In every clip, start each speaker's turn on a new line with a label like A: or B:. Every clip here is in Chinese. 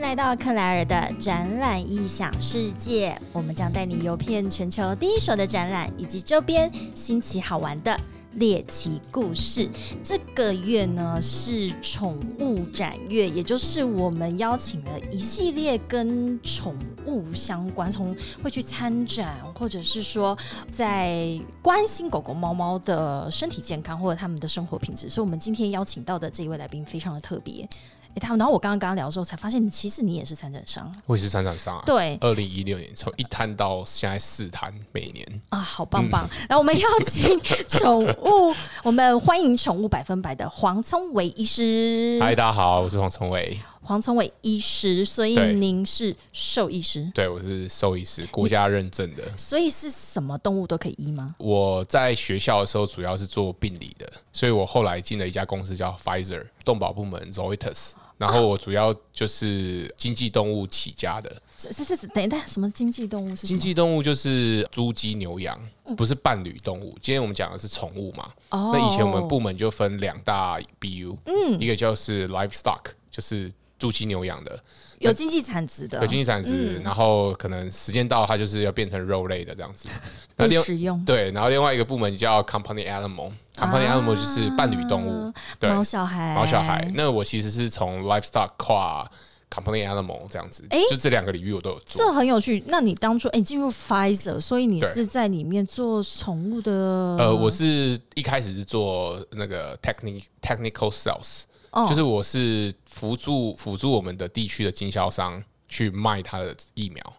A: 来到克莱尔的展览异想世界，我们将带你游遍全球第一手的展览以及周边新奇好玩的。猎奇故事，这个月呢是宠物展月，也就是我们邀请了一系列跟宠物相关，从会去参展，或者是说在关心狗狗、猫猫的身体健康或者它们的生活品质。所以，我们今天邀请到的这一位来宾非常的特别。哎、他们，然后我刚刚跟他聊的时候，才发现其实你也是参展商
B: 我也是参展商啊。
A: 对
B: 二零一六年从一摊到现在四摊，每年
A: 啊，好棒
B: 嗯
A: 棒！然后我们邀请 宠物，我们欢迎宠物百分百的黄聪伟医师。
B: 嗨，大家好，我是黄崇伟，
A: 黄聪伟医师，所以
B: 对
A: 您是兽医师，
B: 对我是兽医师，国家认证的。
A: 所以是什么动物都可以医吗？
B: 我在学校的时候主要是做病理的，所以我后来进了一家公司叫 Pfizer 动保部门 Zoetis，然后我主要就是经济动物起家的。
A: 这这是等一下什么经济动物是什
B: 经
A: 么？
B: 济动物就是猪、鸡、牛、羊，不是伴侣动物。今天我们讲的是宠物嘛？
A: 嗯哦嗯
B: 那以前我们部门就分两大 BU，一个就是 livestock，就是猪、鸡、牛、羊的，
A: 有经济产值的嗯
B: 有，经济产值，然后可能时间到它就是要变成肉类的这样子。 那
A: 被
B: 另
A: 使用
B: 对，然后另外一个部门叫 company animal，company animal 就是
A: 啊
B: 伴侣动物，对，
A: 毛小孩，
B: 毛小
A: 哎
B: 孩。。那我其实是从 livestock 跨 company animal 这样子，
A: 诶
B: 就这两个领域我都有做。
A: 这很有趣。那你当初哎进入 Pfizer，所以你
B: 对
A: 是在里面做宠物的？
B: 呃，我是一开始是做那个 technic technical sales，、
A: 哦
B: 就是我是辅助辅助我们的地区的经销商去卖他的疫苗，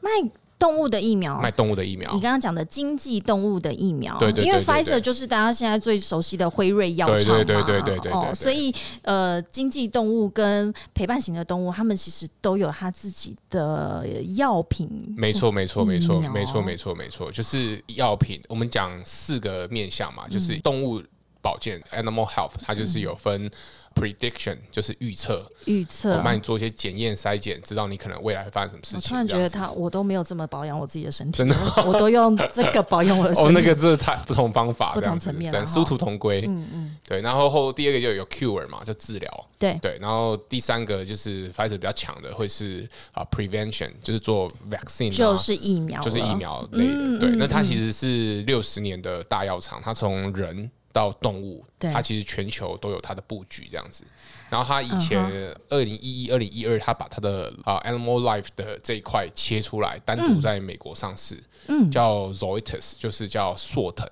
A: 卖动物的疫苗，
B: 卖动物的疫苗
A: 你。刚刚讲的经济动物的疫苗，
B: 对对对
A: 因为
B: 对对
A: Pfizer 就是大家现在最熟悉的辉瑞药厂嘛，
B: 对对对对对对对
A: 哦，
B: 对
A: 所以呃，经济动物跟陪伴型的动物，它们其实都有它自己的药品，
B: 没错，没错，没错
A: 疫苗，
B: 没错，没错，没错，就是药品。我们讲四个面向
A: 嗯
B: 嘛，就是动物保健 （animal health），它就是有分 prediction，就是预测，
A: 预
B: 我
A: 测。
B: 帮你做一些检验、筛检，知道你可能未来会发生什么事
A: 我
B: 情。
A: 突然觉
B: 这
A: 得
B: 样子
A: 它，我都没有这么保养我自己的身体，我我都用这个保养我的身体。
B: 哦，那个真的太不同方法，
A: 不同
B: 这样子
A: 层面了啊
B: 对，
A: 哈
B: 殊途同归。嗯嗯，对。然后后第二个就有 cure 嘛，就治疗。
A: 对
B: 对，然后第三个就是 p f i z e r 比较强的会是啊 prevention，就是做 vaccine，啊
A: 就是疫苗，
B: 就是疫。苗类的。
A: 嗯
B: 对，那它其实是六十年的大药厂，它从人到动物，
A: 对
B: 它其实全球都有它的布局这样子。然后它以前
A: 嗯
B: 二零一一、二零一二，它把它的啊、Animal Life 的这一块切出来，单
A: 嗯
B: 独在美国上市，嗯，叫 Zoetis，就是叫硕腾。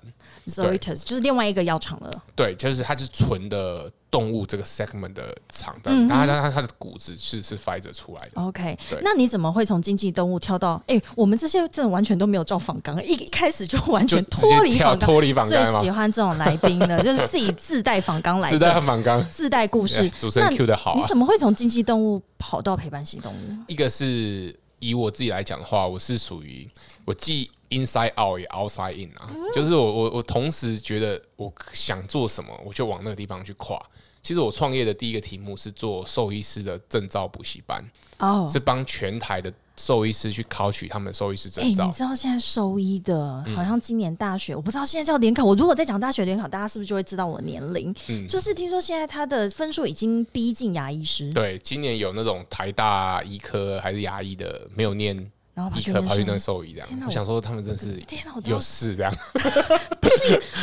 A: Zoetis 就是另外一个药厂了，
B: 对，就是它是纯的动物这个 segment 的厂的，
A: 嗯
B: 然后它它它的骨子是是 Pfizer 出来的。
A: OK，
B: 对
A: 那你怎么会从经济动物跳到？哎、我们这些真的完全都没有照仿纲，一一开始就完
B: 就
A: 全
B: 直
A: 脱
B: 接
A: 离
B: 跳
A: 仿纲。
B: 脱离仿
A: 最
B: 纲
A: 喜
B: 嘛，
A: 欢这种来宾 了，就是自己自带仿纲来
B: 自
A: 着，
B: 带反纲，。
A: 自带故事
B: 主持人
A: 那
B: Q 的好啊
A: 你！怎么会从经济动物跑到陪伴型动物？
B: 一个是以我自己来讲的话，我是属于我既 inside out 也 outside in 啊，就是我我我同时觉得我想做什么，我就往那个地方去跨。其实我创业的第一个题目是做兽医师的证照补习班，
A: 哦，
B: 是帮全台的兽医师去考取他们兽医师
A: 哎、
B: 证照
A: 你。知道现在兽医的，
B: 嗯
A: 好像今年大学，我不知道现在叫联考。我如果在讲大学联考，大家是不是就会知道我年龄？
B: 嗯
A: 就是听说现在他的分数已经逼近牙医师，
B: 对，今年有那种台大医科还是牙医的没有念
A: 然后跑
B: 医
A: 去
B: 科
A: 念
B: 跑去
A: 兽
B: 当
A: 医
B: 兽医这样
A: 天，哪
B: 我想说他们真是
A: 天哪，我都要
B: 有事这样。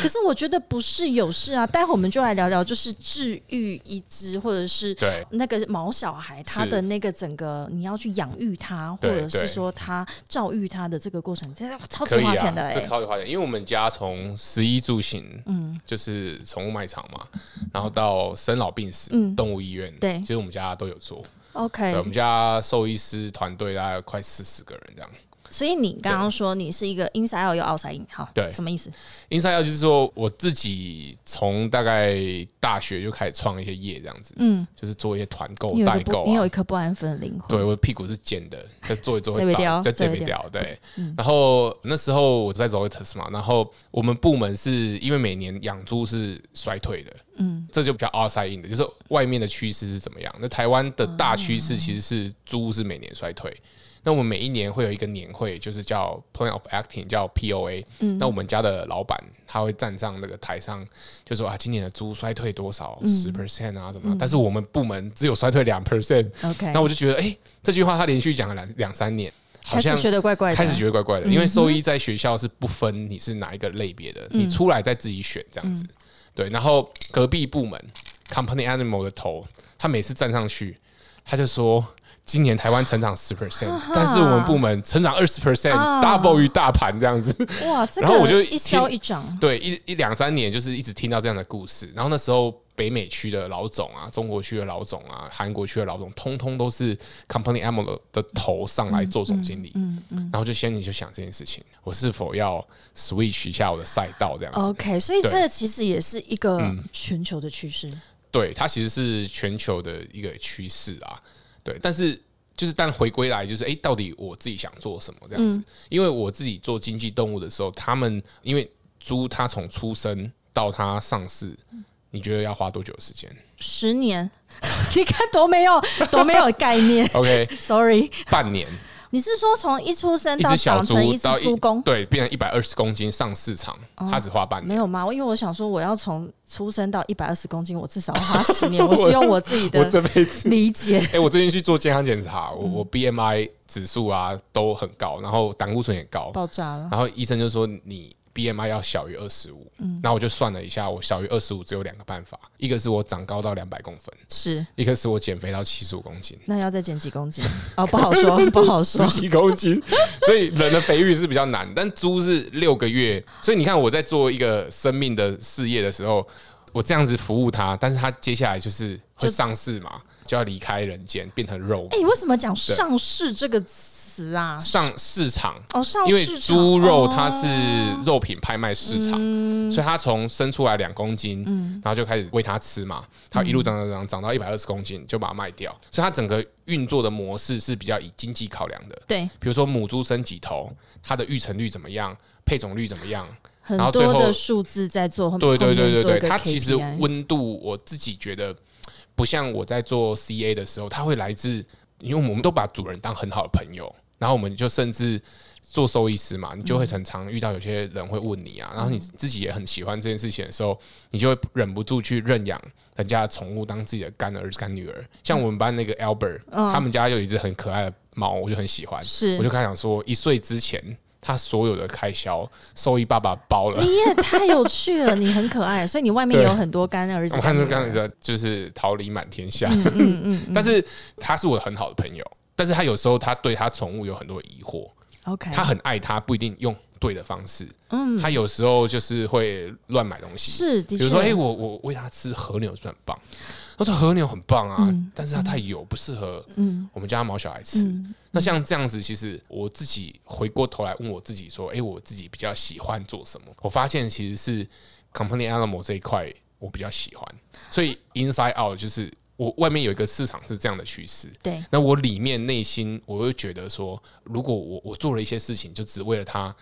A: 可是我觉得不是有事啊，待会我们就来聊聊，就是治愈一只或者是
B: 对
A: 那个毛小孩他的那个整个你要去养育他，或
B: 对
A: 者是
B: 对
A: 说他教育他的这个过程，真的超级
B: 可以
A: 花
B: 啊，
A: 钱的哎、
B: 这超级花钱，因为我们家从十一住行，嗯，就是宠物卖场嘛，然后到生老病死，动物医院，
A: 嗯对
B: 其实我们家都有做，对，我
A: OK，
B: 们家兽医师团队大概有快四十个人这样。
A: 所以你刚刚说你是一个 inside out 又 outside in，好，
B: 对
A: 什么意思？
B: inside out 就是说我自己从大概大学就开始创一些业这样子，嗯，就是做一些团购
A: 你有
B: 代
A: 一个
B: 购
A: 不，你有
B: 啊
A: 一。颗不安分的灵魂，
B: 对，我的屁股是尖的，就做一做
A: 这边
B: 会
A: 掉
B: 倒，在这
A: 这边
B: 边掉。对，然后那时候我在 Zoetis 嘛，然后我们部门是因为每年养猪是衰退的，这就比较 outside in 的，就是外面的趋势是怎么样。那台湾的大趋势其实是猪是每年衰退，那我们每一年会有一个年会，就是叫 Plan of Acting，叫 POA。
C: 嗯
B: 那我们家的老板他会站上那个台上，就说啊，今年的猪衰退多少，十 percent 啊，什么的？但是我们部门只有衰退两 percent。
C: OK，
B: 那我就觉得，哎、这句话他连续讲了两两三年，好
A: 开
B: 像
A: 始觉得怪怪的，嗯
B: 开始觉得怪怪的，因为兽医在学校是不分你是哪一个类别的，
A: 嗯
B: 你出来再自己选这样子。对，然后隔壁部门 Company Animal 的头，他每次站上去，他就说。今年台湾成长十 percent，但
A: 啊
B: 是我们部门成长二十 percent，double 于大盘这样子。
A: 哇，这
B: 然后我就
A: 个一消
B: 听
A: 一涨，
B: 对，一一两三年就是一直听到这样的故事。然后那时候北美区的老总啊，中国区的老总啊，韩国区的老总，通通都是 Company a m o 的头上来做总经理。然后就先你就想这件事情，我是否要 switch 一下我的赛道这样子？
A: OK，所以
B: 对嗯
A: 这其实也是一个全球的趋势。
B: 对，它其实是全球的一个趋势啊。对，但是就是但回归来就是，哎、到底我自己想做什么这样子？因为我自己做经济动物的时候，他们因为猪它从出生到它上市，你觉得要花多久的时间
A: 十年， 你看多没有多没有概念
B: ？OK，
A: ，sorry。
B: 半年，
A: 你是说从一出生
B: 一
A: 到
B: 只小
A: 长
B: 猪
A: 成一只
B: 到
A: 猪公？
B: 对，变成一百二十公斤上市场，它只花半
A: 没
B: 年。
A: 有吗？因为我想说，我要从出生到一百二十公斤，我至少要花十 年。我是用我自己
B: 我
A: 的
B: 这辈子
A: 理解。
B: 哎、我最近去做健康检查，我、我 BMI 指数啊都很高，然后胆固醇也高，
A: 爆炸了，
B: 然后医生就说你 BMI 要小于二十五，那我就算了一下，我小于二十五只有两个办法，一个是我长高到两百公分，
A: 是
B: 一个是我减肥到七十五公斤，
A: 那要再减几公斤？哦，不好说，不好
B: 十
A: 说。
B: 几公斤，所以人的肥育是比较难，但猪是六个月，所以你看我在做一个生命的事业的时候，我这样子服务它，但是它接下来就是会上市嘛，就要离开人间，变成肉
A: 哎、为什么讲上市这个词啊？
B: 上市场
A: 哦，上市
B: 因为
A: 场
B: 猪肉
A: 哦嗯
B: 它是肉品拍卖市场，所以它从生出来两公斤，然后就开始喂它吃嘛，它一路长长长长到一百二十公斤就把它卖掉，所以它整个运作的模式是比较以经济考量的，
A: 对
B: 比如说母猪生几头，它的育成率怎么样，配种率怎么样，
A: 很
B: 然后最
A: 多
B: 后
A: 的数字在做后，
B: 对对
A: 后面
B: 对
A: 做
B: 对
A: 一个
B: 对，它其实
A: KPI
B: 温度我自己觉得不像我在做 CA 的时候，它会来自，因为我们都把主人当很好的朋友，然后我们就甚至做兽医师嘛，你就会
A: 嗯
B: 很常遇到有些人会问你啊，然后你自己也很喜欢这件事情的时候，你就会忍不住去认养人家的宠物当自己的干儿子干女儿。像我们班那个 Albert，、他们家有一只很可爱的猫，我就很喜欢，
A: 嗯是
B: 我就跟他讲说，一岁之前。他所有的开销，兽医爸爸包了。
A: 你也太有趣了，你很可爱，所以你外面
B: 对
A: 有很多干儿子。
B: 我看这
A: 干女儿
B: 刚才就是桃李满天下，但是他是我很好的朋友，但是他有时候他对他宠物有很多疑惑，
A: OK，
B: 他很爱它，不一定用对的方式，他有时候就是会乱买东西，
A: 是的
B: 比
A: 确，
B: 如说，哎、我我喂它吃和牛是不是很棒？他说和牛很棒啊，
A: 嗯
B: 但是它太油，不适合我们家毛小孩吃。
A: 嗯
B: 那像这样子，其实我自己回过头来问我自己说，哎、我自己比较喜欢做什么？我发现其实是 company animal 这一块我比较喜欢，所以 inside out 就是我外面有一个市场是这样的趋势，
A: 对，
B: 那我里面内心我会觉得说，如果我我做了一些事情，就只为了它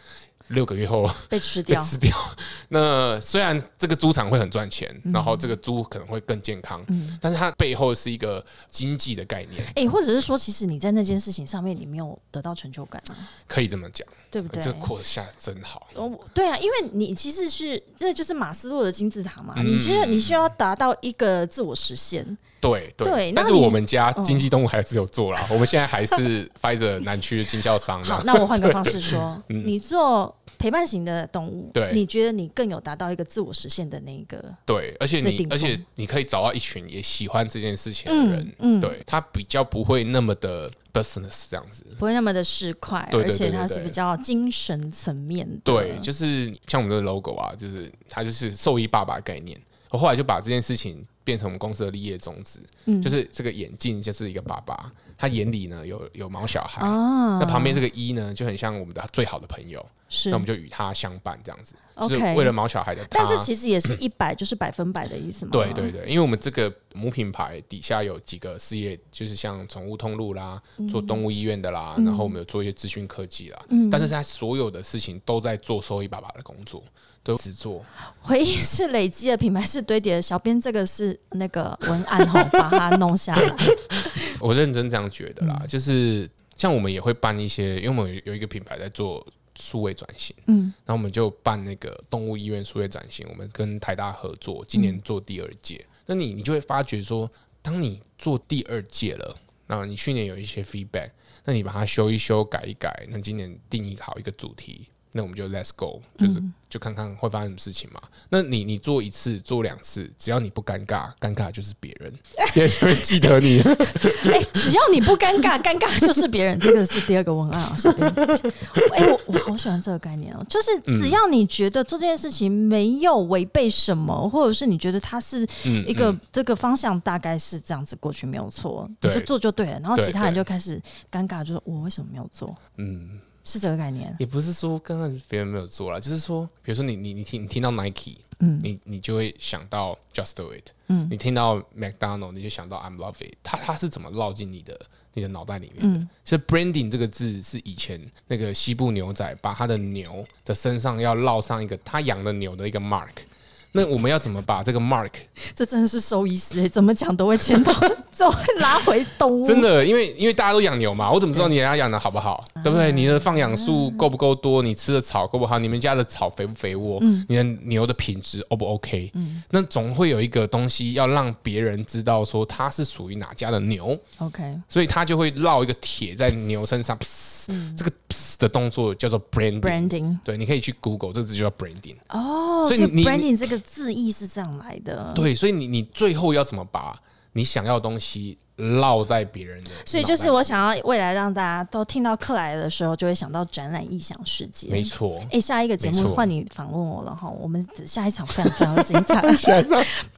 B: 六个月后
A: 被吃
B: 被
A: 掉，
B: 吃掉。 那虽然这个猪场会很赚钱，
A: 嗯
B: 然后这个猪可能会更健康，但是它背后是一个经济的概念，
A: 哎、或者是说，其实你在那件事情上面，你没有得到成就感啊，
B: 可以这么讲。
A: 对不对？
B: 这个扩得下得真好。
A: 哦，对啊，因为你其实是这就是马斯洛的金字塔嘛，你需
B: 嗯
A: 要你需要达到一个自我实现，
B: 对对，
A: 对那
B: 但是
A: 你嗯
B: 我们家经济动物还是有 做啦，我们现在还是 Pfizer 南区的经销商啊
A: 好
B: 啦，。
A: 那我换个方式说，你做陪伴型的动物，
B: 嗯对
A: 你觉得你更有达到一个自我实现的那一个，
B: 对，而且
A: 最
B: 你
A: 顶，峰嗯
B: 而且你可以找到一群也喜欢这件事情的人，对他比较不会那么的 business 这样子。
A: 不会那么的市侩，
B: 对对
A: 而且
B: 对对
A: 它是
B: 对
A: 比较精神层面的，
B: 对，就是像我们的 logo 啊，就是它就是兽医爸爸的概念。我后来就把这件事情变成我们公司的立业宗旨，
A: 嗯
B: 就是这个眼镜就是一个爸爸，他眼里呢有有毛小孩，
A: 啊，
B: 那旁边这个一呢就很像我们的最好的朋友，
A: 是
B: 那我们就与他相伴这样子，
A: OK
B: 就是为了毛小孩的他
A: 但。这其实也是一百，就是百分百的意思嘛。
B: 对对对，因为我们这个母品牌底下有几个事业，就是像宠物通路啦，做动物医院的啦，然后我们有做一些资讯科技啦，但是他所有的事情都在做兽医爸爸的工作，都只做。
A: 回忆是累积的，品牌是堆叠的。小编这个是那个文案吼，把它弄下来。
B: 我认真这样觉得啦，就是像我们也会办一些，因为我们有有一个品牌在做数位转型，
A: 嗯，
B: 然后我们就办那个动物医院数位转型，我们跟台大合作，今年做第二届。那你你就会发觉说，当你做第二届了，那你去年有一些 feedback，那你把它修一修、改一改，那今年定义好一个主题，那我们就 let's go，就是、就看看会发生什么事情嘛。那你你做一次、做两次，只要你不尴尬，尴尬就是别人，别人就会记得你。
A: 哎、只要你不尴 尬，尴尬就是别人。这个是第二个文案啊，小编。哎、我我好喜欢这个概念哦，就是只要你觉得做这件事情没有违背什么，或者是你觉得它是
B: 嗯
A: 一个、这个方向大概是这样子过去没有错，你就
B: 对
A: 做就对了。然后
B: 对
A: 其他人
B: 对
A: 就开始尴尬，就说我为什么没有做？
B: 嗯。
A: 是这个概念。
B: 也不是说刚刚别人没有做啦，就是说，比如说你你你听你听到 Nike，
A: 嗯
B: 你你就会想到 Just Do It，
A: 嗯
B: 你听到 McDonald 你就想到 I'm Love It，它它是怎么绕进你的你的脑袋里面的？
A: 嗯
B: 其实 branding 这个字是以前那个西部牛仔把他的牛的身上要烙上一个他养的牛的一个 mark，那我们要怎么把这个 mark
A: 这真的是兽医师、哎怎么讲都会牵 到，就会拉回动物。
B: 真的，因为因为大家都养牛嘛，我怎么知道你家养的好不好，对
A: 啊
B: 不对？你的放养数够不够多？你吃的草够不好？你们家的草肥不肥沃？
A: 嗯
B: 你的牛的品质 O 不 OK？那总会有一个东西要让别人知道说它是属于哪家的牛，
A: OK，
B: 所以他就会绕一个铁在牛身上，噗这个噗的动作叫做 branding。
A: 嗯 branding
B: 对，你可以去 Google，这个字就叫 branding。
A: 哦，
B: 所
A: 所
B: 以
A: 以
B: 你
A: branding 这个字义是这样来的。
B: 对，所以你你最后要怎么把你想要的东西绕在别人的脑袋里？
A: 所以就是我想要未来让大家都听到克莱的时候，就会想到展览异想世界。
B: 没。 错。
A: 哎、下一个节
B: 没
A: 目
B: 错
A: 换你访问我了哈，我们下一场非常非常的精 彩。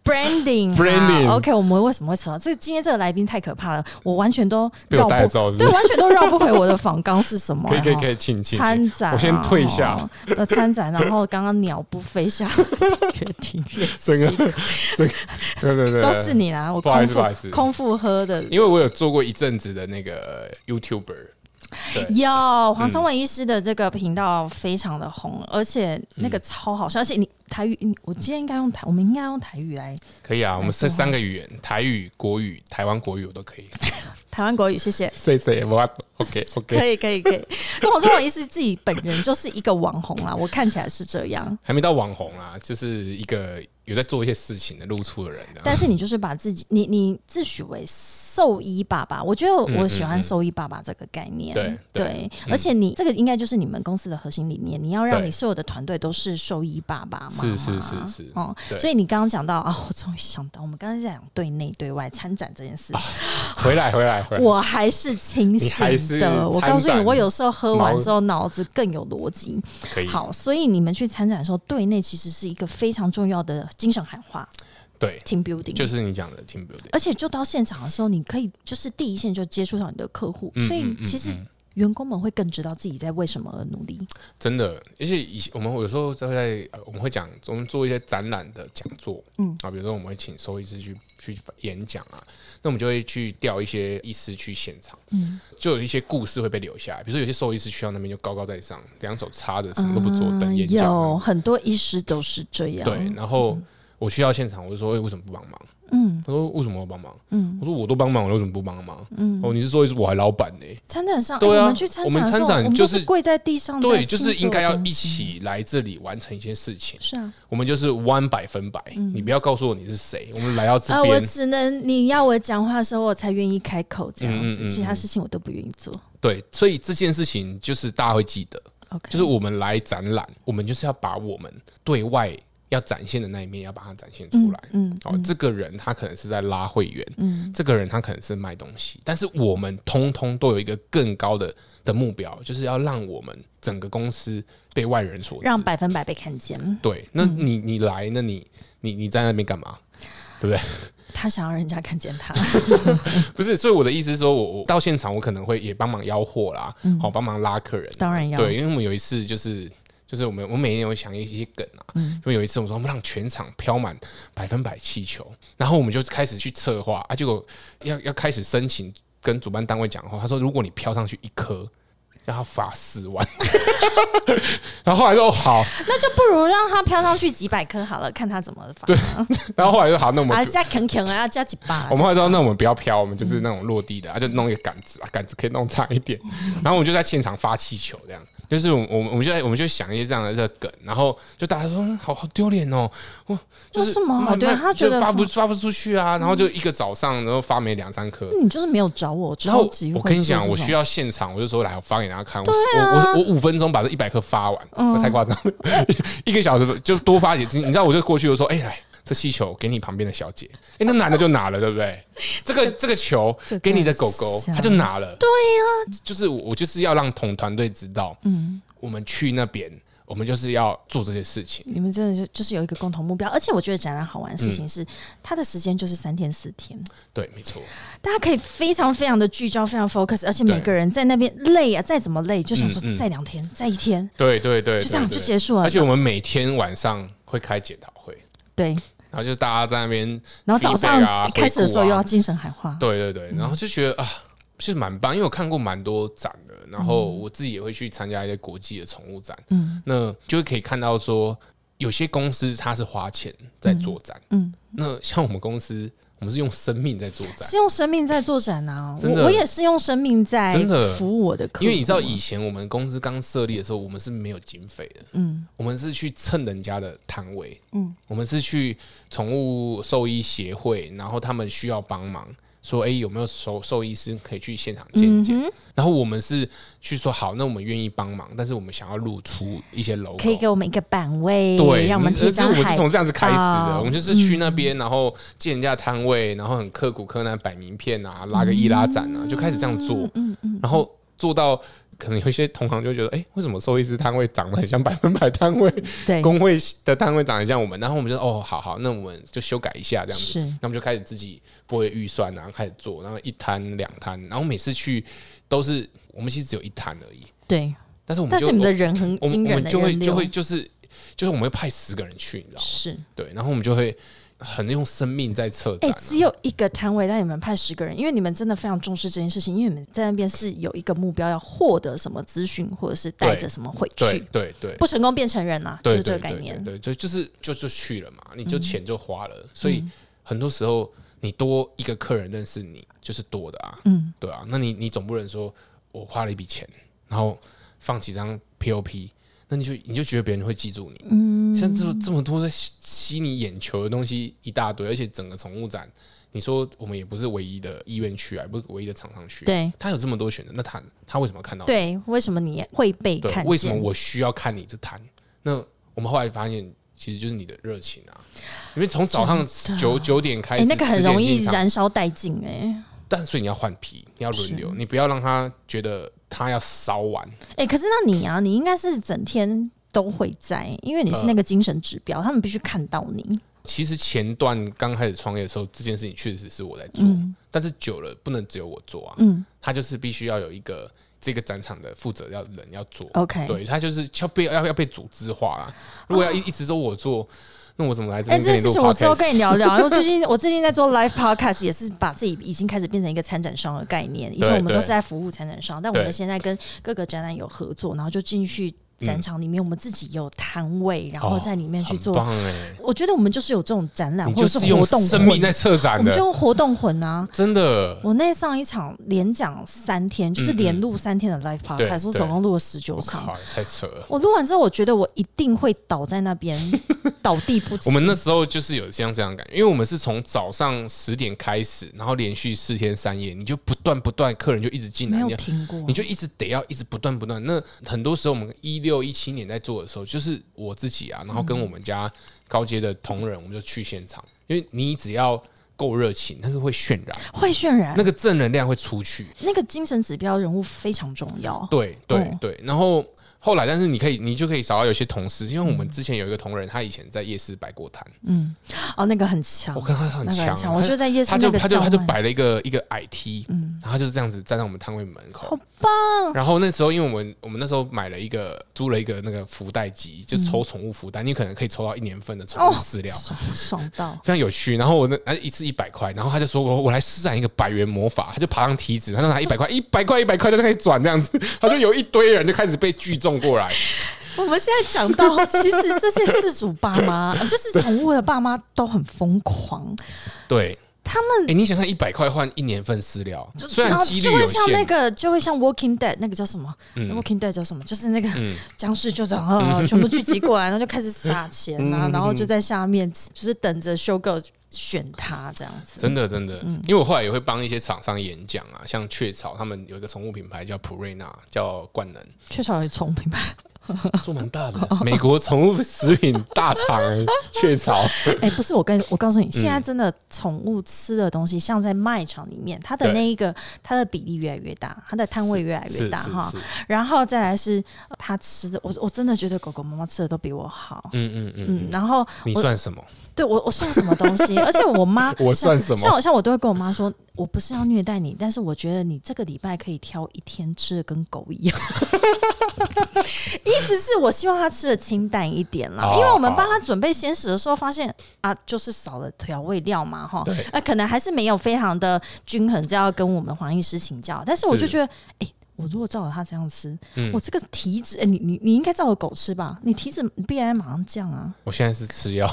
A: branding 啊
B: Branding
A: OK，我们为什么会扯到这？今天这个来宾太可怕了，我完全都
B: 被我
A: 绕
B: 带
A: 不
B: 走是不
A: 对，
B: 是
A: 完全都绕不回我的访纲是什么、
B: 可以可以
A: 哈
B: 可以，请请，
A: 参
B: 请
A: 展啊、
B: 我先退下
A: 哦。呃，参展，然后刚刚鸟不飞 下， 越听越
B: 整个
A: 气
B: 对对对，
A: 都是你啦，我
B: 不好
A: 空
B: 意思不好意
A: 腹
B: 思
A: 空腹喝的
B: 因为我有做过一阵子的那个 YouTuber，对，
A: 有黄崇伟医师的这个频道非常的红，而且那个超好笑，而且你台语，你我今天应该用台，我们应该用台语来
B: 可以啊，我们
A: 没
B: 是
A: 错
B: 三个语言，台语、国语、台湾国语我都可 以。
A: 台湾国语，谢谢。
B: 谁谁 我 OK
A: 可
B: OK，
A: 以可以可以，那 黄宗伟医师自己本人就是一个网红啊啦，我看起来是这样，
B: 还没到网红啊，就是一个有在做一些事情的露出的人啊的。
A: 但是你就是把自己，你你自诩为兽医爸爸，我觉得我喜欢兽医爸爸这个概念，
B: 嗯对对嗯
A: 而且你这个应该就是你们公司的核心理念，你要让
B: 对
A: 你所有的团队都是兽医爸爸嘛，
B: 是是是是，
A: 哦，
B: 对
A: 所以你刚刚讲到啊，我终于想到，我们刚刚在讲对内对外参展这件事，
B: 回来回来回来，
A: 我还是清
B: 啊你还
A: 醒
B: 是
A: 的。我告诉
B: 参
A: 你，
B: 展
A: 我有时候喝完之后脑子更有逻辑。
B: 可以
A: 好，所以你们去参展的时候，对内其实是一个非常重要的精神喊话
B: 对，
A: ，team building。
B: 就是你讲的 team building，
A: 而且就到现场的时候，你可以就是第一线就接触到你的客户，所以其实员工们会更知道自己在为什么而努力。
B: 真的，而且以前我们有时候在呃我们会讲，我们做一些展览的讲座，嗯啊，比如说我们会请兽医师去去演讲啊，那我们就会去调一些医师去现场，嗯，就有一些故事会被留下来，比如说有些兽医师去到那边就高高在上，两手插着什么都不做，等演
A: 嗯
B: 讲那
A: 有
B: 种，
A: 很多医师都是这样，
B: 对，然后我去到现场，我就说，哎，为什么不帮忙？
A: 嗯，
B: 他说为什么要帮忙？
A: 嗯
B: 我说我都帮忙了，为什么不帮忙？嗯，哦，你是兽医师，我还老板呢、
A: 参展上，
B: 对
A: 哎
B: 啊
A: 我们去参展的时候，
B: 我们参展
A: 我们
B: 就是
A: 都跪在地上，
B: 对，就是应该要一。起来这里完成一些事情。
A: 是啊，
B: 我们就是 one 百分百，你不要告诉我你是谁，我们来到
A: 嗯啊，
B: 这
A: 我
B: 边，
A: 只能你要我讲话的时候，我才愿意开口这样子，
B: 嗯嗯嗯
A: 其他事情我都不愿意做。
B: 对，所以这件事情就是大家会记得，
A: OK，
B: 就是我们来展览，我们就是要把我们对外要展现的那一面要把它展现出来。
A: 嗯，
B: 哦，这个人他可能是在拉会员，
A: 嗯
B: 这个人他可能是卖东西，但是我们通通都有一个更高的的目标，就是要让我们整个公司被外人所知。
A: 让百分百被看见。
B: 对，那你你来，那你你你在那边干嘛？对不对？
A: 他想要人家看见他，
B: 不是，所以我的意思是说，我我到现场，我可能会也帮忙吆喝啦，好、帮忙拉客人。
A: 嗯当然要
B: 对，因为我们有一次就是就是我们我每年会想一些梗啊，
A: 嗯
B: 就有一次我们说我们让全场飘满百分百气球，然后我们就开始去策划啊，结果要要开始申请跟主办单位讲话，他说如果你飘上去一颗，要他罚四万， 然后后来说哦好，
A: 那就不如让它飘上去几百颗好了，看它怎么发。对，
B: 然后后来说好，那我们
A: 啊，加啃啃啊，加几把。
B: 我们后来说，那我们不要飘，我们就是那种落地的，啊，就弄一个杆子啊，杆子可以弄长一点。
A: 嗯
B: 然后我们就在现场发气球，这样，就是我们我们我们就在我们就想一些这样的这个梗，然后就大家说嗯好好丢脸哦，我就是
A: 为什么
B: 慢慢
A: 对他觉得嗯
B: 就发不
A: 发
B: 发不出去啊，然后就一个早上，然后发没两三颗。
A: 你就是没有找我，
B: 然后
A: 超级
B: 我跟你讲，我需
A: 要。
B: 要现场，我就说来，我发给大家看，我
A: 啊
B: 我我我五分钟把这一百颗发完，
A: 嗯
B: 那太夸张了，一个小时就多发几只。你知道，我就过去就说，哎，来这气球给你旁边的小姐，哎，那男的就拿了，对不对？这个这个球
A: 这个
B: 给你的狗狗，
A: 小
B: 他就拿了。对
A: 啊
B: 呀，就是我我就是要让同团队知道，嗯，我们去那边，我们就是要做这些事情。
A: 你们真的就就是有一个共同目标，而且我觉得展览好玩的事
B: 嗯
A: 情是，它的时间就是三天四天，
B: 对，没错，
A: 大家可以非常非常的聚焦，非常 focus，而且
B: 对
A: 每个人在那边累啊，再怎么累就想
B: 嗯嗯
A: 说再两天，再一天，
B: 对对对，
A: 就这样
B: 对
A: 就
B: 对
A: 结束了
B: 而且我们每天晚上会开检讨会。
A: 对，
B: 然后就是大家在那边 feedback 啊，
A: 然后早上开始的时候
B: 回
A: 又
B: 顾啊
A: 要嗯精神喊话，
B: 对对对，然后就觉得啊，其实蛮棒，因为我看过蛮多展的，然后我自己也会去参加一些国际的宠物展，嗯，那就会可以看到说，有些公司它是花钱在做展，嗯，那像我们公司，我们是用生命在做展。
A: 是用生命在做展啊，
B: 真的
A: 我我也是用生命在
B: 真的
A: 服务我的客户，
B: 因为你知道，以前我们公司刚设立的时候，我们是没有经费的，嗯，我们是去蹭人家的摊位，嗯，我们是去宠物兽医协会，然后他们需要帮忙，说，哎、有没有兽兽医师可以去现场见
A: 嗯
B: 一见？然后我们是去说，好，那我们愿意帮忙，但是我们想要露出一些 logo，
A: 可以给我们一个版位，
B: 对，
A: 让我们
B: 这
A: 贴
B: 这
A: 张
B: 我们
A: 海
B: 是从这样子开始的，
A: 报嗯
B: 我们就是去那边，然后见人家摊位，然后很刻苦柯南摆名片啊，拉个易拉展啊，就开始这样
A: 嗯
B: 做，然后做到。可能有一些同行就觉得，哎、为什么兽医师摊位长得很像百分百摊位，
A: 对，
B: 工会的摊位长得很像我们？然后我们就说，哦，好好，那我们就修改一下这样子
A: 是。
B: 那我们就开始自己拨预算，然后开始做，然后一摊两摊，然后每次去都是我们其实只有一摊而已，
A: 对，
B: 但是我们
A: 但
B: 就是
A: 你们的人很
B: 我
A: 惊
B: 们我
A: 人
B: 们
A: 的
B: 就会
A: 人
B: 就
A: 流
B: 会，就是就是我们会派十个人去，你知道吗？
A: 是。
B: 对，然后我们就会很用生命在策
A: 哎、
B: 展、啊。
A: 只有一个摊位，但你们派十个人，因为你们真的非常重视这件事情，因为你们在那边是有一个目标，要获得什么资讯，或者是带着什么回
B: 对
A: 去，
B: 对对
A: 不成功变成人啦、就
B: 对
A: 是这个
B: 对
A: 概
B: 对对
A: 念。嗯
B: 对，就就是就就去了嘛，你就钱就花了，所以很多时候你多一个客人认识你就是多的啊，嗯，对啊，那你你总不能说我花了一笔钱，然后放几张 POP。那你就你就觉得别人会记住你，嗯，像这么这么多在吸吸你眼球的东西一大堆，而且整个宠物展，你说我们也不是唯一的医院区啊，也不是唯一的厂商区，
A: 对
B: 他有这么多选择，那他他为什么要看到你？
A: 对为什么你会被
B: 对
A: 看，见？
B: 为什么我需要看你这摊？那我们后来发现，其实就是你的热情啊，因为从早上九九点开
A: 哎、
B: 始，
A: 那个很容易
B: 10点进场，
A: 燃烧殆尽哎、
B: 但所以你要换皮，你要轮流，你不要让他觉得他要烧完。
A: 哎、可是那你啊，你应该是整天都会在，因为你
B: 呃
A: 是那个精神指标，他们必须看到你。
B: 其实前段刚开始创业的时候，这件事情确实是我在做，
A: 嗯
B: 但是久了不能只有我做啊，嗯，他就是必须要有一个这个展场的负责要人要做
A: OK，
B: 对他就是要被要要被组织化啦。如果要一一直都我做，那我怎么来这
A: 哎、
B: 边
A: 这件
B: 跟你
A: 事
B: 录
A: 情我之后
B: podcast？
A: 跟你聊 聊，因为最近我最近在做 live podcast，也是把自己已经开始变成一个参展商的概念。以前我们
B: 对
A: 都是在服务参展商，但我
B: 对
A: 们现在跟各个展览有合作，然后就进去展场里面，我们自己有摊位，然后在里面去
B: 嗯哦很
A: 做。
B: 棒哎，
A: 我觉得我们就是有这种展览
B: 你
A: 或者
B: 就是是用
A: 活动
B: 生命
A: 魂
B: 在，策
A: 我
B: 展
A: 们就
B: 的，嗯
A: 用活动魂啊。
B: 真的。
A: 我那上一场连讲三天，就是连录三天的 live
B: 嗯对
A: podcast，我
B: 对
A: 总共录了十九
B: 我
A: 场。
B: 靠，太扯了！
A: 我录完之后，我觉得我一定会倒在那 边，倒地不起。
B: 我们那时候就是有像这样的感觉，因为我们是从早上十点开始，然后连续四天三夜，你就不断不断，客人就一直进来，
A: 没有啊
B: 你要
A: 听过，
B: 你就一直得要一直不断不断。那很多时候我们一六一七年在做的时候，就是我自己啊，然后
A: 嗯
B: 跟我们家高阶的同仁，我们就去现场，因为你只要够热情，那个会渲染，
A: 会渲染
B: 那个正能量会出去。
A: 那个精神指标人物非常重要。
B: 对对
A: 哦
B: 对，然后。后来，但是你可以，你就可以找到有些同事，因为我们之前有一个同仁，他以前在夜市摆过摊，
A: 嗯，哦，那个很强
B: 我，看他很
A: 那个
B: 强
A: 很
B: 啊，
A: 强。我觉得在夜市
B: 他
A: 那
B: 就
A: 个
B: 他就
A: 叫
B: 他就
A: 卖嗯
B: 摆了一个一个矮梯，然后他就是这样子站在我们摊位门口，
A: 好棒，
B: 然后那时候，因为我们我们那时候买了一个租了一个那个福袋机，就抽宠物福袋，你可能可以抽到一年份的宠物
A: 嗯哦
B: 饲料，，
A: 爽爽到
B: 非常有趣。然后我那哎一次一百块，然后他就说我我来施展一个百元魔法，他就爬上梯子，他就拿一百块，一百块一百块就开始转这样子，他就有一堆人就开始被聚众过来，
A: 我们现在讲 到，其实这些饲主爸妈，呃就是宠物的爸妈都很疯狂，
B: 对。
A: 他们
B: 哎、你想看一百块换一年份饲料，虽
A: 然
B: 然
A: 后
B: 几率
A: 就会
B: 有
A: 像那
B: 限，
A: 个，就会像 Walking Dead 那个叫什么、
B: 嗯
A: w a l k i n g Dead 叫什么？就是那个
B: 嗯
A: 僵尸就这样、呃全部聚集 过来，然后就开始撒钱啊，
B: 嗯
A: 然后就在下面就是等着修 girl 选他这样子。
B: 真的真的，
A: 嗯
B: 因为我后来也会帮一些厂商演讲啊，像雀巢他们有一个宠物品牌叫普瑞娜，叫冠能，
A: 雀巢有宠品牌，
B: 做蛮大的， 美国宠物食品大厂欸 雀巢，
A: 哎、不是我跟我告诉你，现
B: 嗯
A: 在真的宠物吃的东西，像在卖场里面，它的
B: 对
A: 那一个它的比例越来越大，它的摊位越来越
B: 是
A: 大
B: 是
A: 哈。
B: 是，
A: 然后再来是呃它吃的，我我真的觉得狗狗、猫猫吃的都比我好。
B: 嗯嗯嗯，
A: 嗯，然后
B: 你
A: 我
B: 算什么？
A: 对我我算什么东西？而且我妈
B: 我算什
A: 像
B: 么？
A: 我像我都会跟我妈说，我不是要虐待你，但是我觉得你这个礼拜可以挑一天吃的跟狗一样。 意思是我希望他吃的清淡一点啦，
B: 哦
A: 因为我们帮他准备鲜食的时候发现啊，就是少了调味料嘛，哈
B: 对，
A: 那、可能还是没有非常的均衡，这要跟我们黄医师请教。但是我就是觉得，哎、我如果照着他这样吃，
B: 嗯
A: 我这个体脂，哎你你你应该照着狗吃吧？你体脂 BMI 马上降啊！
B: 我现在是吃药，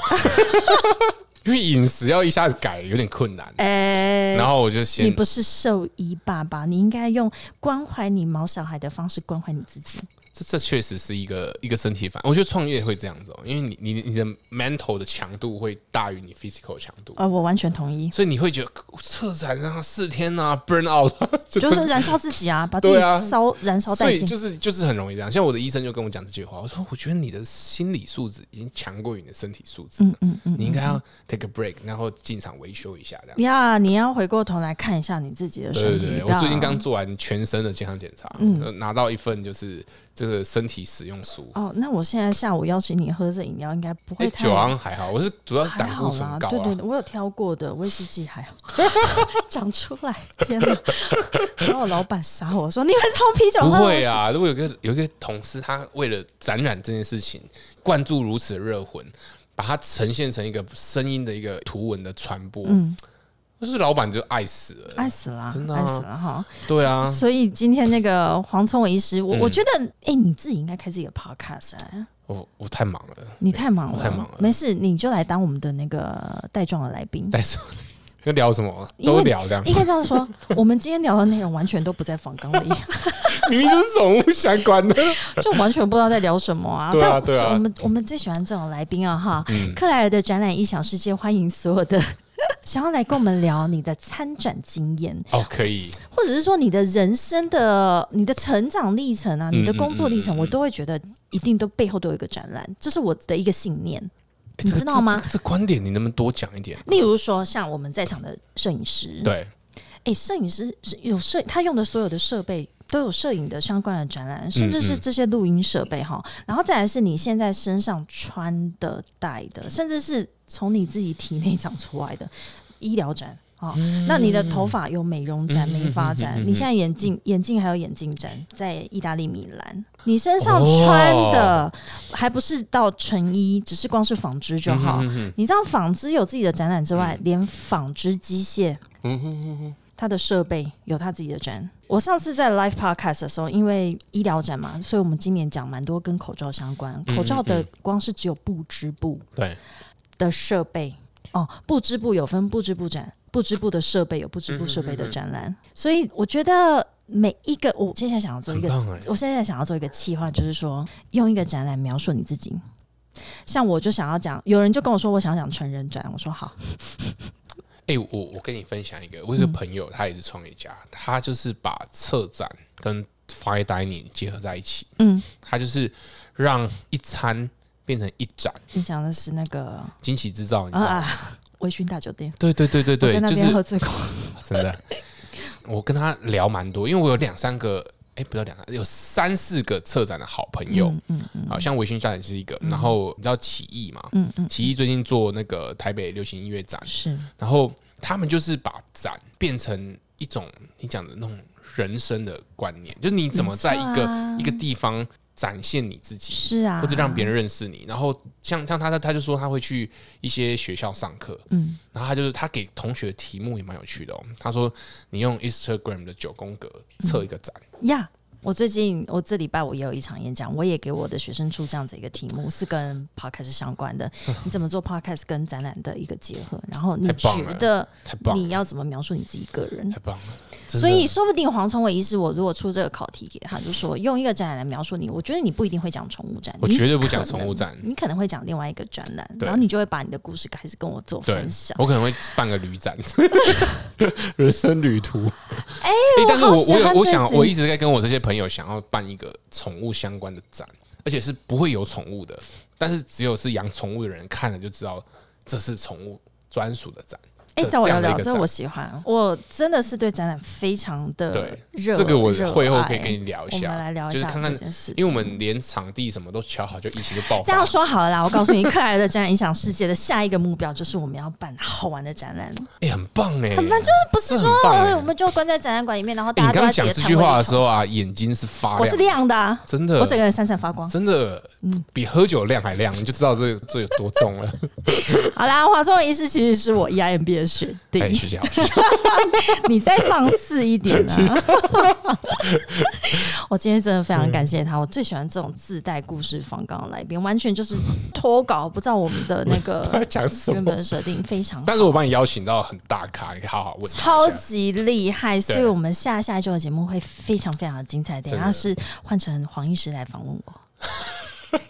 B: 因为饮食要一下子改有点困难，
A: 哎、
B: 然后我就
A: 你
B: 先
A: 不是兽医爸爸，你应该用关怀你毛小孩的方式关怀你自己。
B: 这这确实是一个一个身体反，我觉得创业会这样子哦，因为你你你的 mental 的强度会大于你 physical 的强度。
A: 呃，我完全同意，
B: 所以你会觉得策展让他四天啊，burn out，就
A: 就
B: 真的
A: 是燃烧自己 啊，把自己
B: 对啊
A: 烧、燃烧
B: 所
A: 殆
B: 以
A: 尽。
B: 就是就是很容易这样。像我的医生就跟我讲这句话，我说我觉得你的心理素质已经强过于你的身体素质，嗯嗯嗯，你应该要 take a break，然后进场维修一下这样。
A: 呀，你要回过头来看一下你自己的
B: 对
A: 身体。
B: 对对，
A: 对
B: 我
A: 啊嗯
B: 最近刚做完全身的健康检查，呃拿到一份就是这个身体使用书。
A: 哦，那我现在下午邀请你喝这饮料，应该不
B: 哎
A: 会太
B: 酒好像还好，我是主要
A: 还
B: 胆
A: 好
B: 固醇
A: 啦，
B: 高
A: 对对，
B: 啊。
A: 对我有挑过的威士忌还好， 讲出来，天哪！然后我老板杀我说：“你们从啤酒
B: 不
A: 喝威
B: 会
A: 士忌
B: 啊，如果有一个有一个同事，他为了展览这件事情，灌注如此的热魂，把它呈现成一个声音的一个图文的传播，
A: 嗯
B: 就是老板就爱死了，
A: 爱死了，
B: 真的啊
A: 爱死了哈！
B: 对啊，
A: 所以今天那个黄聪伟医师，我、
B: 嗯
A: 我觉得，哎、你自己应该开自己的 podcast，、哎，
B: 我我太忙了，
A: 你太忙
B: 我
A: 了，
B: 太忙了
A: 没事，你就来当我们的那个带状的来宾。
B: 再说要聊什么
A: 因为
B: 都聊这样，
A: 应该这样说， 我们今天聊的内容完全都不在访纲 里，
B: 明明就是宠物相 关的。
A: 就完全不知道在聊什么啊。
B: 对啊
A: 但
B: 对啊
A: 我们我们最喜欢这种来宾啊，哈。
B: 嗯
A: 克莱尔的展览异想世界，欢迎所有的 想要来跟我们聊你的参展经验，
B: 哦，可以，
A: 或者是说你的人生的、你的成长历程啊、
B: 嗯
A: 你的工作历程，我都会觉得一定都背后都有一个展览，这是我的一个信念。
B: 欸
A: 你
B: 这个
A: 知道吗
B: 这这这观点你能不能多讲一点？
A: 例如说，像我们在场的摄影师，，
B: 对，
A: 哎，摄影师是有摄，他用的所有的设备。都有摄影的相关的展览，
B: 嗯
A: 甚至是这些录音设备哈，然后再来是你现在身上穿的、戴的，甚至是从你自己体内长出来的医疗展啊、那你的头发有美容展、
B: 嗯
A: 美发展，
B: 嗯嗯嗯
A: 你现在眼镜、眼镜还有眼镜展在意大利米兰，你身上
B: 哦
A: 穿的还不是到成衣，只是光是纺织
B: 嗯
A: 就好。你知道纺织有自己的展览之外，连纺织机械，它的设备有它自己的展。我上次在 live podcast 的时候，因为医疗展嘛，所以我们今年讲蛮多跟口罩相关。
B: 嗯
A: 口罩的光是只有布织布
B: 对，
A: 的设备
B: 嗯
A: 哦，布织布有分布织布展，布织布的设备有布织布设备的展
B: 嗯
A: 览。所以我觉得每一个，我现在想要做一
B: 很
A: 个
B: 棒哎、
A: 我现在想要做一个企划，就是说用一个展览描述你自己。像我就想要讲，有人就跟我说我想讲成人展，我说好，
B: 哎、我我跟你分享一个，我
A: 嗯
B: 有一个朋友，他也是创业家，他就是把策展跟 fine dining 结合在一起，
A: 嗯，
B: 他就是让一餐变成一展，
A: 你讲的是那个
B: 惊喜制造，你知
A: 啊
B: 道吗？
A: 啊，微醺大酒店，
B: 对对对对
A: 我
B: 对
A: 在，那
B: 就是
A: 边喝醉过，
B: 真的。我跟他聊蛮多，因为我有两三个哎、不到两个，有三四个策展的好朋友，
A: 嗯
B: 好像微醺下也是一个。然后你知道起义嘛？
A: 嗯嗯，
B: 起义最近做那个台北流行音乐展，
A: 是
B: 然后他们就是把展变成一种你讲的那种人生的观念，就是你怎么在一个、
A: 没错啊
B: 一个地方展现你自己，
A: 是啊，
B: 或者让别人认识你。然后像像他他他就说他会去一些学校上课，
A: 嗯
B: 然后他就是他给同学的题目也蛮有趣的哦。他说你用 Instagram 的九宫格测一个展，
A: 呀。我最近，我这礼拜我也有一场演讲，我也给我的学生出这样子一个题目，是跟 podcast 相关 的。你怎么做 podcast 跟展览的一个结合？然后你
B: 太棒
A: 觉
B: 了
A: 得
B: 太棒
A: 你
B: 了，
A: 要怎么描述你自己个人
B: 太？棒了！真的
A: 所以说不定黄崇伟医师，我如果出这个考题给他，就说用一个展览来描述你，我觉得你不一定会讲宠物展，
B: 我
A: 你
B: 绝对不讲
A: 可能
B: 宠物展
A: 你可能会讲另外一个展览，
B: 对
A: 然后你就会把你的故事开始跟我做
B: 对
A: 分享，。
B: 我可能会办个旅展， 人生旅途。哎、但是
A: 好
B: 我
A: 喜
B: 我有
A: 欢
B: 我
A: 这
B: 想
A: 集
B: 我一直在跟我这些朋友想要办一个宠物相关的展，而且是不会有宠物的，但是只有是养宠物的人看了就知道这是宠物专属的展。
A: 哎、
B: 的
A: 找我
B: 这
A: 聊
B: 样的一
A: 聊，
B: 个
A: 这
B: 展
A: 我喜欢，我真的是对展览非常的
B: 啊对
A: 热，哦
B: 这个我
A: 热
B: 会后
A: 爱
B: 可以跟你聊一下
A: 我们来聊一
B: 就是
A: 下
B: 看
A: 这
B: 看
A: 件事情，
B: 因为我们连场地什么都瞧好，就疫情就爆
A: 这
B: 发
A: 样。说好了啦，我告诉你，克莱的展览影响世界的下一个目标就是我们要办好玩的展览，
B: 哎、很棒哎、
A: 很棒，就是不是
B: 这
A: 说哦
B: 很棒哎
A: 我们就关在展览馆里面，然后
B: 哎
A: 大
B: 你
A: 家
B: 刚
A: 都
B: 刚
A: 在
B: 讲
A: 自
B: 这
A: 己的
B: 句
A: 摊位
B: 话的
A: 里
B: 时候啊，眼睛是发呃
A: 我
B: 亮
A: 是
B: 的，
A: 亮的、啊，
B: 真的，
A: 我整个人闪闪发光。
B: 真的，
A: 嗯
B: 比喝酒量还亮，你就知道这这有多重 了。
A: 好啦，华中医师其实是我，E EIMB 的学弟，
B: 哎，学姐好，
A: 你再放肆一点啊！ 我今天真的非常感谢
B: 嗯
A: 他，我最喜欢这种自带故事访港的来宾，完全就是脱稿，不知道我们的那个
B: 他在讲什么
A: 原本的设定非常好
B: 但是我帮你邀请到很大咖，你可以好好问他一下
A: 超级厉害，所以
B: 对
A: 我们下下一周的节目会非常非常的精彩。等一下是换成黄医师来访问我，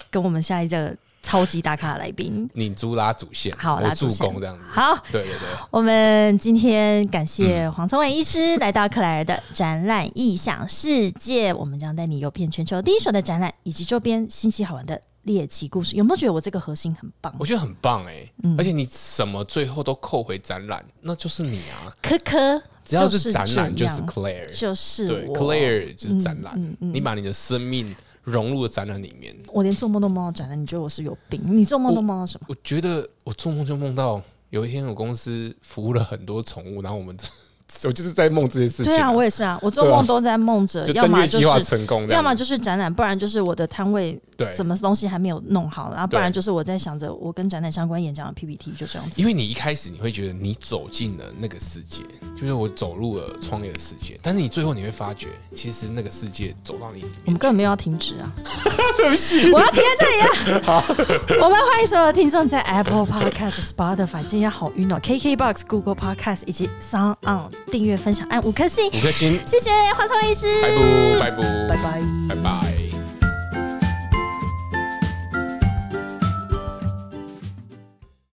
A: 跟我们下一个超级大咖的来宾。
B: 你猪拉主线，
A: 好，
B: 我
A: 拉
B: 助
A: 主线
B: 攻这样子。
A: 好，
B: 对对对，
A: 我们今天感谢
B: 嗯
A: 黄聪伟医师来到克莱尔的展览异想世界，我们将带你游遍全球第一手的展览以及周边新奇好玩的猎奇故事。有没有觉得我这个核心很棒？
B: 我觉得很棒哎，
A: 嗯
B: 而且你什么最后都扣回展览，那就是你啊，
A: 科科，
B: 只要是
A: 是
B: 展览
A: 这
B: 就
A: 样
B: 是 Claire，
A: 就是
B: 对
A: 我。嗯
B: ，Claire 就是展览，你把你的生命融入了展览里面。
A: 我连做梦都梦到展览，你觉得我是有病？你做梦都梦到什么？
B: 我觉得我做梦就梦到有一天我公司服务了很多宠物，然后我们 我就是在梦这件事情
A: 对
B: 啊，
A: 啊，我也是啊，我做
B: 对啊
A: 梦都在梦着，
B: 就
A: 要
B: 登
A: 么
B: 月
A: 就
B: 计划
A: 是。
B: 成功这样子，
A: 要么就是展览，不然就是我的摊位
B: 对
A: 什么东西还没有弄好，然后不
B: 对
A: 然就是我在想着我跟展览相关演讲的 PPT，就这样子。
B: 因为你一开始你会觉得你走进了那个世界，就是我走入了创业的世界，但是你最后你会发觉，其实那个世界走到你里
A: 我
B: 面
A: 们根本没有要停止啊！对不起，我要停在这里了。啊 好，我们欢迎所有听众在 Apple Podcast、Spotify，今天好晕哦，KKBox、Google Podcast 以及 Sound On 订阅、分享、按五颗星，
B: 五颗星，
A: 谢谢黄聪医师，
B: 拜不拜不
A: 拜拜，
B: 拜拜。